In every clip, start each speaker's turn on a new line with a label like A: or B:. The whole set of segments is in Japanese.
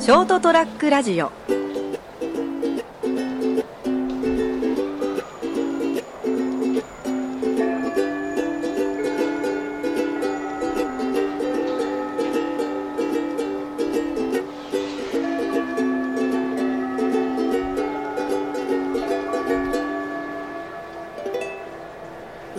A: ショートトラックラジオ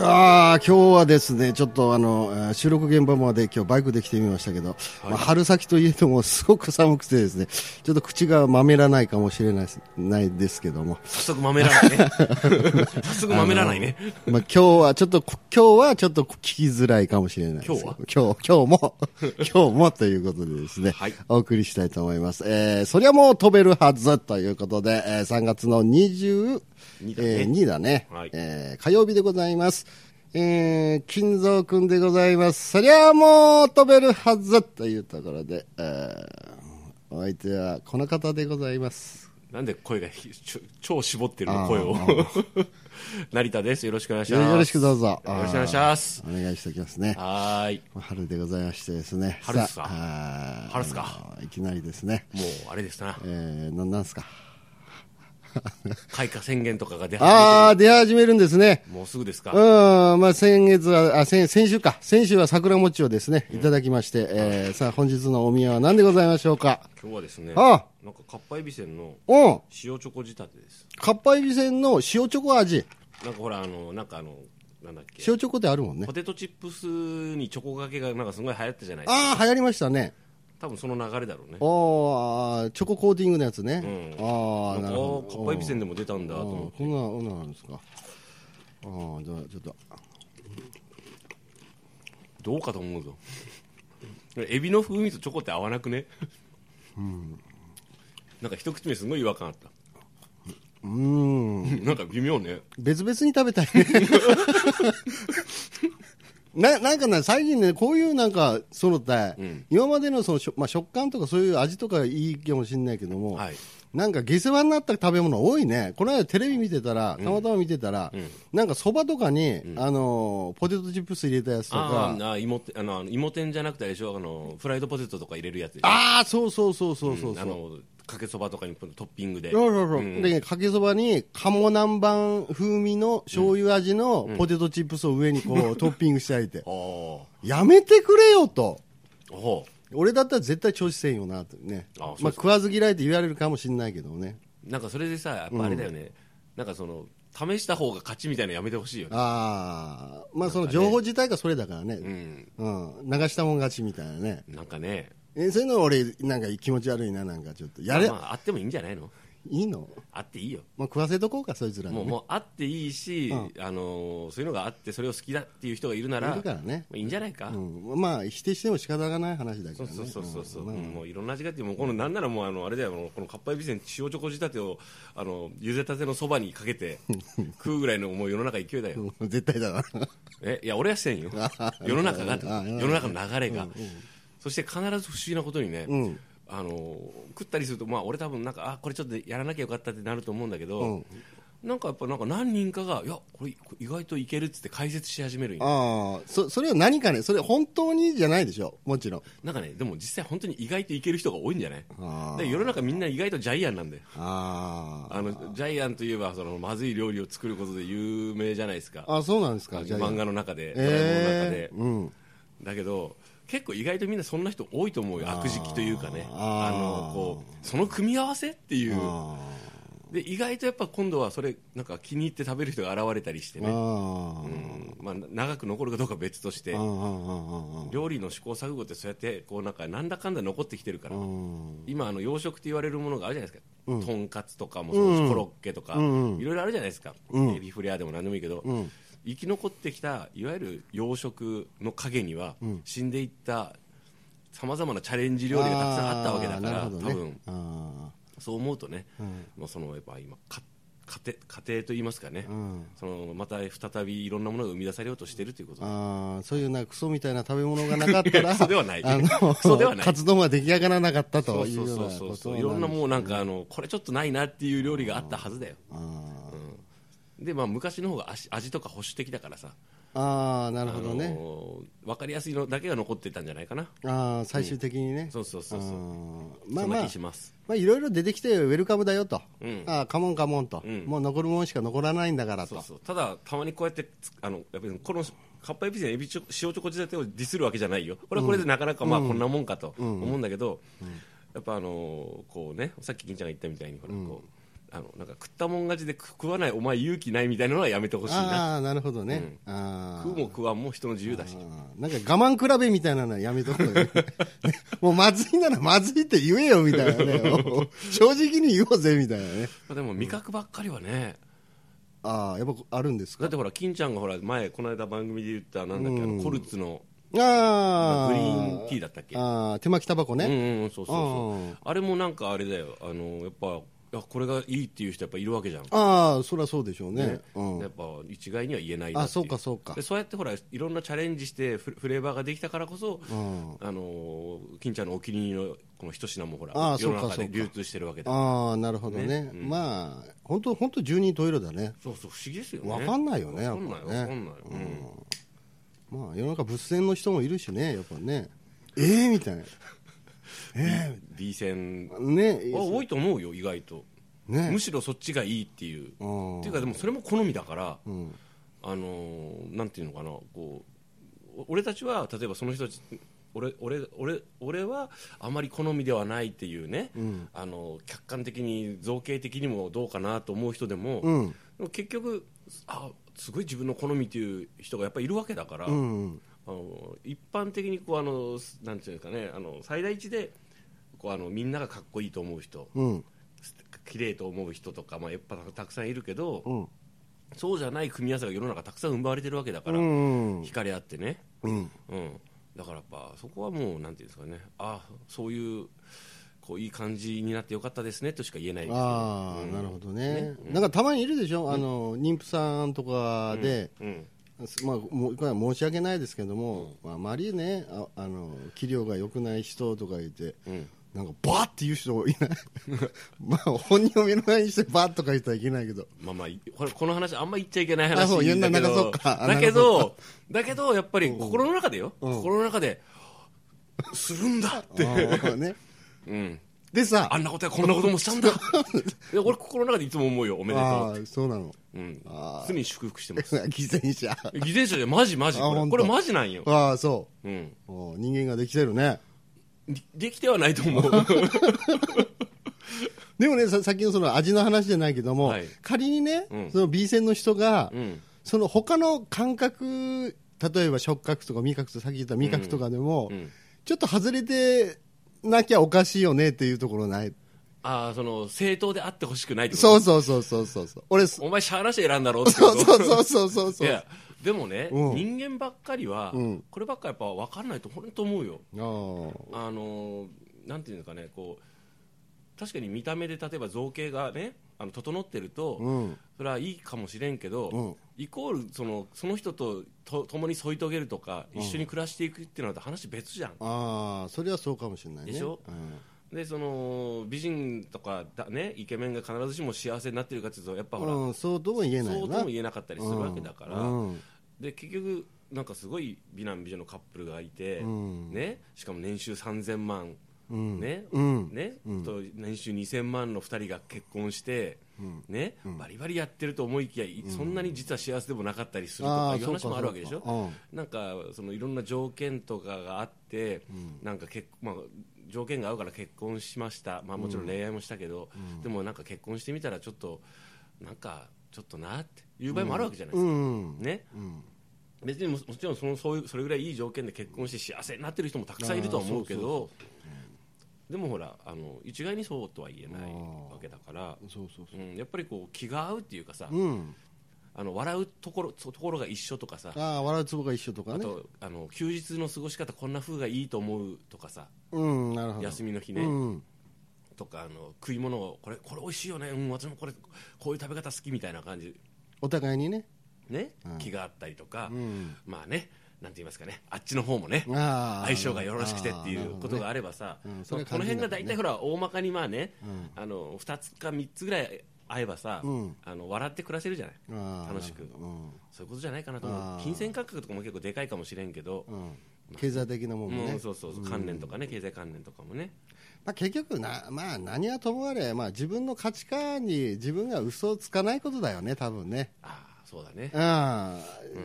B: ああ、今日はですね、ちょっとあの、えー収録現場まで今日バイクで来てみましたけど、まあ、春先といえどもすごく寒くてですね、ちょっと口がまめらないかもしれないですないですけども、
C: 早速まめらないね。 早速まめらないね。
B: まあ、今日はちょっと、今日はちょっと聞きづらいかもしれないですけど
C: 今
B: 今日、今日も、 今日もということでですね、
C: はい
B: お送りしたいと思います。えー、そりゃもう飛べるはずということで、えー、3月の20、
C: 二だね
B: えー二だね、
C: はい
B: えー火曜日でございます。えー、金蔵くんでございます。そりゃもう飛べるはずというところで、えー、お相手はこの方でございます。
C: なんで声がひちょ超絞ってる
B: あ
C: の
B: ー
C: 声を。成田です。よろしくお願いし
B: よ
C: ます。
B: よろしくどうぞ。
C: よろしくお願いします。
B: お願いしておきますね。
C: はーい。
B: 春でございましてですね。
C: 春っす
B: さ
C: か
B: ああー
C: 春っすか
B: あのいきなりですね。
C: もう、あれで すな
B: え。ー、ななんすか。
C: 開花宣言とかが出始
B: ああ、出始めるんですね。
C: めて。もうすぐですか。
B: うん、まあ先月は、あ、先、先週か。先週は桜餅をですね、いただきまして、えー、さあ本日のお宮は何でございましょうか。
C: 今日はですね、なん
B: あ
C: かかっぱえびせんの
B: うん、
C: 塩チョコ仕立てです。
B: かっぱえびせんの塩チョコ味。
C: なんかほら、あの、なんかあの、なんだっけ。
B: 塩チョコってあるもんね
C: ポ。テトチップスにチョコがけがなんかすごい流行ったじゃないです
B: あ
C: か。
B: あ、流行りましたね。
C: 多分その流れだろうね。
B: おー、チョココーティングのやつね。
C: う
B: ああ、
C: なん
B: な
C: か
B: るほ
C: あー
B: ど。
C: かっぱえびせんでも出たんだと
B: あ
C: 思って
B: ーこんな、こんなのあるんですか。ああ、じゃあちょっと。
C: どうかと思うぞエビの風味とチョコって合わなくねなんか一口目すごい違和感あった
B: うん。
C: なんか微妙ね
B: 別々に食べた いね。ななんかね、最近ね、こういうなんか、そのって、
C: うん
B: 今までのその食、まあ、食感とかそういう味とかいいかもしれないけども、
C: はい
B: なんか下世話になった食べ物多いね。この間テレビ見てたら、たまたま見てたら、
C: ん
B: なんかそばとかに、あのー、ポテトチップス入れたやつと
C: あ
B: か、
C: ーあー芋てあの芋天じゃなくてあれでしょあのフライドポテトとか入れるやつでしょ
B: ああ、そうそうそうそうそう
C: あ
B: そう。
C: のかけそばとかにトッピングで
B: そうそうそう
C: うん
B: で、かけそばに、鴨南蛮風味の醤油味のポテトチップスを上にこ う、トッピングしてあげて
C: あ。ー
B: やめてくれよと。
C: おう
B: 俺だったら絶対調子せんよなとね
C: あそうです
B: まあ、食わず嫌いって言われるかもしれないけどね
C: なんかそれでさやっぱあれだよね、なんかその試した方が勝ちみたいなのやめてほしいよね
B: ああまあその情報自体がそれだからね
C: うん
B: うん、流したもん勝ちみたいなね
C: なんかね
B: えそういうの俺なんか気持ち悪いななんかちょっとやれ、
C: まあまああってもいいんじゃないの
B: いいの
C: あっていいよ
B: まあ、食わせとこうかそいつらに、
C: も
B: ね、
C: うもうあっていいし、
B: う
C: あのーそういうのがあってそれを好きだっていう人がいるなら
B: いるからね
C: まあいいんじゃないか、
B: うん、まあ否定しても仕方がない話だけ
C: そ
B: ど
C: う
B: ね
C: そうそうそうそう、
B: ん
C: もういろんな味があってもうこのなんならもうあのあれだよもうこのかっぱえびせん塩チョコ仕立てをあの茹でたてのそばにか けて食うぐらいのもう世の中勢いだよ、
B: うん絶対だな
C: えいや俺はしてんよ世の中が
B: あ
C: 世の中の流れが、そして必ず不思議なことにね、
B: うん
C: あのー食ったりすると、まあ、俺、多分なんかあこれちょっとやらなきゃよかったってなると思うんだけど、
B: うん
C: なんかやっぱなんか何人かがいやこれこれ意外といけるっつって解説し始めるんよ
B: ああそそれは何かねそれ本当にじゃないでしょもちろん
C: なんかねでも実際本当に意外といける人が多いんじゃない
B: あー
C: で世の中みんな意外とジャイアンなんで
B: あ
C: あのジャイアンといえばそのまずい料理を作ることで有名じゃないですか
B: ああそうなんですかじゃあ
C: 漫画の中で、ドラえもんの中
B: え
C: で
B: え、うん
C: だけど結構意外とみんなそんな人多いと思うよ悪食きというかね
B: あ
C: あ
B: ー
C: のこうその組み合わせっていう
B: あ
C: で意外とやっぱ今度はそれなんか気に入って食べる人が現れたりして
B: ー
C: ね、
B: あ
C: う
B: ー
C: んまあ、長く残るかどうかは別として
B: あーあーあーあー
C: 料理の試行錯誤ってそうやってこうなんかなんだかんだ残ってきてるから、
B: うん
C: 今あの洋食って言われるものがあるじゃないですか、とんかつとかもそうですコロッケとか、
B: うんうん
C: いろいろあるじゃないですか、エビフレアでも何でもいいけど、
B: ん
C: 生き残ってきたいわゆる洋食の影には、死んでいったさまざまなチャレンジ料理がたくさんあったわけだから、
B: あーなるほどね
C: 多分
B: あ
C: そう思うとね、もうそのやっぱ今か家庭家庭といいますかね、
B: ん
C: そのまた再びいろんなものが生み出されようとしてるということ
B: ーあーそういうなんかクソみたいな食べ物がなかったら
C: クソではない
B: あの
C: クソではない
B: 活動は出来上がらなかった
C: そ
B: と
C: う
B: いう
C: そ
B: よう
C: うそ
B: な
C: う
B: こ
C: そう
B: と
C: いろんなも
B: う
C: うなんかあのこれちょっとないなっていう料理があったはずだよ、
B: あ
C: うんで、まあ、昔の方が味味とか保守的だからさ、
B: ああなるほど
C: あ
B: ね、
C: のーわかりやすいのだけが残ってたんじゃないかな。
B: あー最終的にね、
C: そうそうそうそう。
B: あーまあ
C: そんな
B: まあ
C: 気します。
B: まあいろいろ出てきてウェルカムだよと、
C: うん
B: あーカモンカモンと、
C: ん
B: もう残るもんしか残らないんだからと
C: そうそうただ、たまにこうやってつあのやっぱりこのかっぱえびせんエビチョ塩チョコ自体をディスるわけじゃないよ、これはこれでなかなか、まあこんなもんかと思うんだけど、やっぱあのこうねさっき銀ちゃんが言ったみたいにほらこう、あのなんか食ったもん勝ちで食食わないお前勇気ないみたいなのはやめてほしいな
B: ああなるほどね、あ
C: 食うも食わんも人の自由だし
B: あーなんか我慢比べみたいなのはやめとくと ねもうまずいならまずいって言えよみたいなね もう正直に言おうぜみたいなね
C: まあでも味覚ばっかりはね、
B: ああやっぱあるんです
C: だ
B: か
C: ってほら金ちゃんがほら前この間番組で言ったなんだっけ、あのコルツの
B: ああ
C: グリーンティーだったっけ
B: ああ手巻きタバコね、
C: うんうんそうそう
B: う
C: そ
B: ん
C: うあれもなんかあれだよあのやっぱいやこれがいいっていう人やっぱいるわけじゃん、
B: ああそりゃそうでしょうねうん、
C: やっぱ一概には言えないなってい
B: あそうかそうか
C: でそうやってほらいろんなチャレンジしてフレフレーバーができたからこそ、
B: ん
C: あのー金ちゃんのお気に入りのこの一品もほら
B: あ
C: 世の
B: そうか
C: 中
B: そう
C: で
B: か
C: 流通してるわけだ
B: ああなるほどねまあ本当本当十人十色だね
C: そうそう不思議ですよね
B: わかんないよね
C: わかんない
B: やっ
C: わ
B: ぱね
C: かんない、うん
B: まあ世の中仏戦の人もいるしねやっぱねええみ たいな
C: B 線は
B: ね
C: 多いと思うよ意外と、
B: ね
C: むしろそっちがいいっていう、
B: うん
C: っていうかでもそれも好みだから、
B: ん
C: あのーなんていうのかなこうお俺たちは例えばその人たち俺俺俺俺はあまり好みではないっていうね、あのー客観的に造形的にもどうかなと思う人でも,、
B: うん
C: でも結局あすごい自分の好みっていう人がやっぱりいるわけだから、
B: うん
C: あの一般的にこうあのなんていうんですかねあの最大値でこうあのみんながかっこいいと思う人、
B: うん
C: 綺麗と思う人とか、まあ、やっぱたくさんいるけど、
B: うん
C: そうじゃない組み合わせが世の中たくさん生まれてるわけだから、
B: うん
C: 惹かれ合ってね、
B: うん
C: うん、だからやっぱそこはもうなんていうんですかねああそういうこういい感じになってよかったですねとしか言えない
B: ああなるほどねなんかたまにいるでしょあの妊婦さんとかで
C: うん、
B: まあ、もうこれは申し訳ないですけども、まあ、あまりねああの器量が良くない人とかいて、
C: うん
B: なんかバーって言う人いない まあ本人を目の前にしてバーとか言 ったらいけないけど
C: まあまあ、いこれこの話あんま言っちゃいけない
B: あ
C: 話
B: そう言うんだ
C: だけ
B: なん
C: ど
B: かそっかあ
C: だけ
B: なん
C: どだけどやっぱり心の中でよ、心の中でするんだって、
B: あーね、
C: うん、
B: でさ
C: あんなことやこんなこともした んだいや俺心の中でいつも思うよおめでと
B: あーそうなの
C: う、うん
B: あ、
C: 常に祝福してます
B: 偽善者
C: 偽善者じゃマジマジ
B: あ
C: こ
B: ほんと
C: れこれマジなんよ、
B: ああそ
C: うん、
B: うお人間ができてるね
C: でできてはないと 思う
B: でもねささっきのその味の話じゃないけども、
C: はい
B: 仮にね、
C: うん
B: その B 線の人が、
C: うん
B: その他の感覚例えば触覚とか味覚とさっき言った味覚とかでも、
C: うん
B: ちょっと外れてなきゃおかしいよねっていうところない
C: ああその正当であってほしくないってこと
B: そうそうそうそうそうそう俺そ
C: お前しゃーなし選んだろってこ
B: そ
C: と
B: うそうそうそうそうそう
C: いやでもね、
B: うん
C: 人間ばっかりは、
B: うん
C: こればっかりやっぱ分かんないと本当思うよ
B: あー
C: あのーなんていうんですかねこう確かに見た目で例えば造形がねあの整ってると、
B: うん
C: それはいいかもしれんけど、
B: うん
C: イコールそのその人とと共に添い遂げるとか一緒に暮らしていくっていうのは話別じゃん、
B: あーそれはそうかもしれないね
C: でしょ
B: うん
C: でその美人とかだ、ね、イケメンが必ずしも幸せになってるかっていうとやっぱほら、
B: うん、そうとも言えない
C: そ
B: よ
C: う
B: な
C: とも言えなかったりするわけだから、
B: うん
C: で結局なんかすごい美男美女のカップルがいて、
B: うん
C: ね、しかも年収3000万、
B: うん
C: ね
B: うん
C: ねと年収2000万の2人が結婚して、ねバリバリやってると思いきや、いそんなに実は幸せでもなかったりすると
B: あ
C: か
B: ー
C: いう話もあるわけでし
B: そう
C: ょ
B: かそうか。
C: なんかそのいろんな条件とかがあって、なんか結まあ条件が合うから結婚しました。まあもちろん恋愛もしたけど、でもなんか結婚してみたらちょっとなんかちょっとなっていう場合もあるわけじゃないです
B: う
C: か。
B: ん
C: ね。別にももちろんそのそういうそれぐらいいい条件で結婚して幸せになってる人もたくさんいるとは思うけ
B: あーそ
C: どでもほらあの一概にそうとは言えないわけだから、
B: そうそうそ
C: うん、やっぱりこう気が合うっていうかさ、
B: ううん
C: あの笑うところとところが一緒とかさ
B: ああ笑うツボが一緒とか
C: あ
B: ね
C: とあの休日の過ごし方こんな風がいいと思うとかさ
B: うんなるほど
C: 休みの日
B: み
C: ね、
B: うん
C: とかあの食い物をこれこれ美味しいよね、うん、私もこれこういう食べ方好きみたいな感じ
B: お互いにね
C: ね、気があったりとか、
B: ん
C: まあねなんて言いますかねあっちの方もね
B: ああ
C: 相性がよろしくてってい
B: あーなる
C: う
B: ほど
C: こ
B: ね
C: とがあればさ、
B: うんそ
C: ま
B: れ
C: あ
B: は
C: この
B: 感じ
C: 辺
B: な
C: が
B: いね
C: 大体ほら大まかにまあね、あの2つか3つぐらい会えばさ、
B: うん
C: あの笑って暮らせるじゃない
B: あー
C: 楽しく
B: なるほどうん
C: そういうことじゃないかなと
B: あ
C: 思
B: ー
C: う金銭感覚とかも結構でかいかもしれんけど、
B: うん経済的なもんも
C: う
B: ね
C: ん、そうそうそう関連とかね、経済関連とかもね
B: まあ、結局な、まあ、何はともあれ、まあ、自分の価値観に自分が嘘をつかないことだよね、多分ね。
C: ああそうだね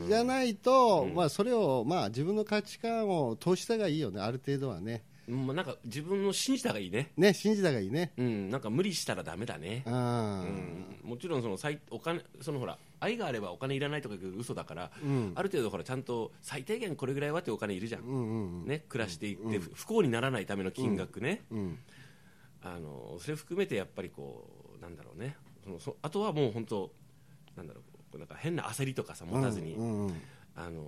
B: うん、じゃないと、まあ、それを、まあ、自分の価値観を通したがいいよね、ある程度はね。
C: うんまあなんか自分の信じた方がいいね
B: ね、信じたがいいね。
C: うんなんか無理したらダメだね
B: うん
C: うんもちろんその最お金そのほら愛があればお金いらないとかいう嘘だから、ある程度ほらちゃんと最低限これぐらいはってお金いるじゃん、ね、暮らしていって、ふ不幸にならないための金額ね、あのそれ含めてやっぱりこうなんだろうねそのそあとはもう本当なんだろうこうなんか変な焦りとかさ持たずに、
B: うんうん
C: あの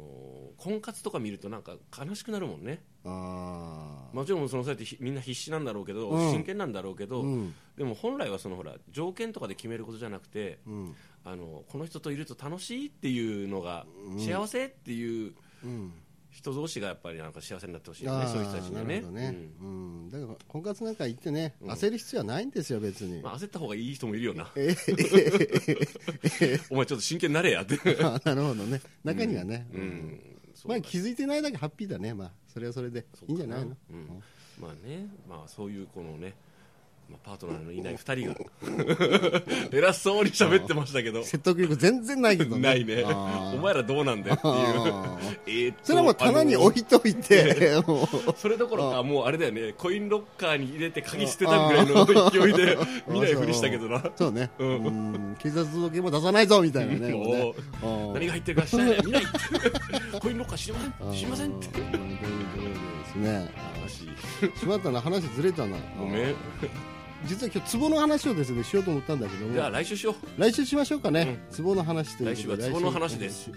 C: 婚活とか見るとなんか悲しくなるもんね
B: あ
C: もちろんそのそうやってひみんな必死なんだろうけど、
B: うん
C: 真剣なんだろうけど、
B: うん
C: でも本来はそのほら条件とかで決めることじゃなくて、
B: ーうん
C: あのこの人といると楽しいっていうのが、幸せっていう人同士がやっぱりなんか幸せになってほしいよね、
B: あー
C: そういう人たちには
B: な
C: ね
B: るほどね、うんだから婚活なんか行ってね、焦る必要はないんですよ、別に。
C: うんまあ、焦った方がいい人もいるよなお前ちょっと真剣になれやって、
B: あ なるほどね、中にはね、
C: うんそう
B: まあ、気づいてないだけハッピーだね、まあ、それはそれで
C: そう
B: いい
C: か
B: んじゃないの、
C: うんまあね、まあ、そういうこのね、まあ、パートナーのいない2人が偉そうに喋ってましたけど
B: 説得力全然ないけどね。
C: ないね
B: あー
C: お前らどうなんだよって
B: あ
C: いうえーっと
B: それはもう棚に置いといて、もう
C: それどころか、もうあれだよね、コインロッカーに入れて鍵捨てたぐらいの勢いで、 見ないふりしたけどな、
B: そうね、う
C: うん
B: ん、警察の件も出さないぞみたいなね、もうね
C: も
B: あー
C: う何が入ってるか知らない、見ないって、コインロッカー知りません
B: あー、
C: 知りませんって
B: う、んどういうことですね、
C: 話、
B: しまったな、話ずれたな、
C: ごめん、
B: 実は今日ツボの話をですねしようと思ったんだけども
C: じゃあ来週しよ
B: 来週しましょうかね、ツボの話ということで
C: 来週はツボの話です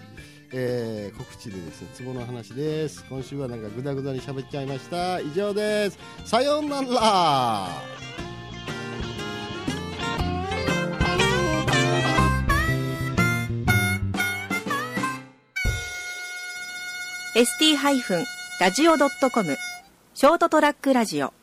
B: えー告知でですねツボの話です今週はなんかグダグダに喋っちゃいました以上ですさようなら
A: ST-radio.com ショートトラックラジオ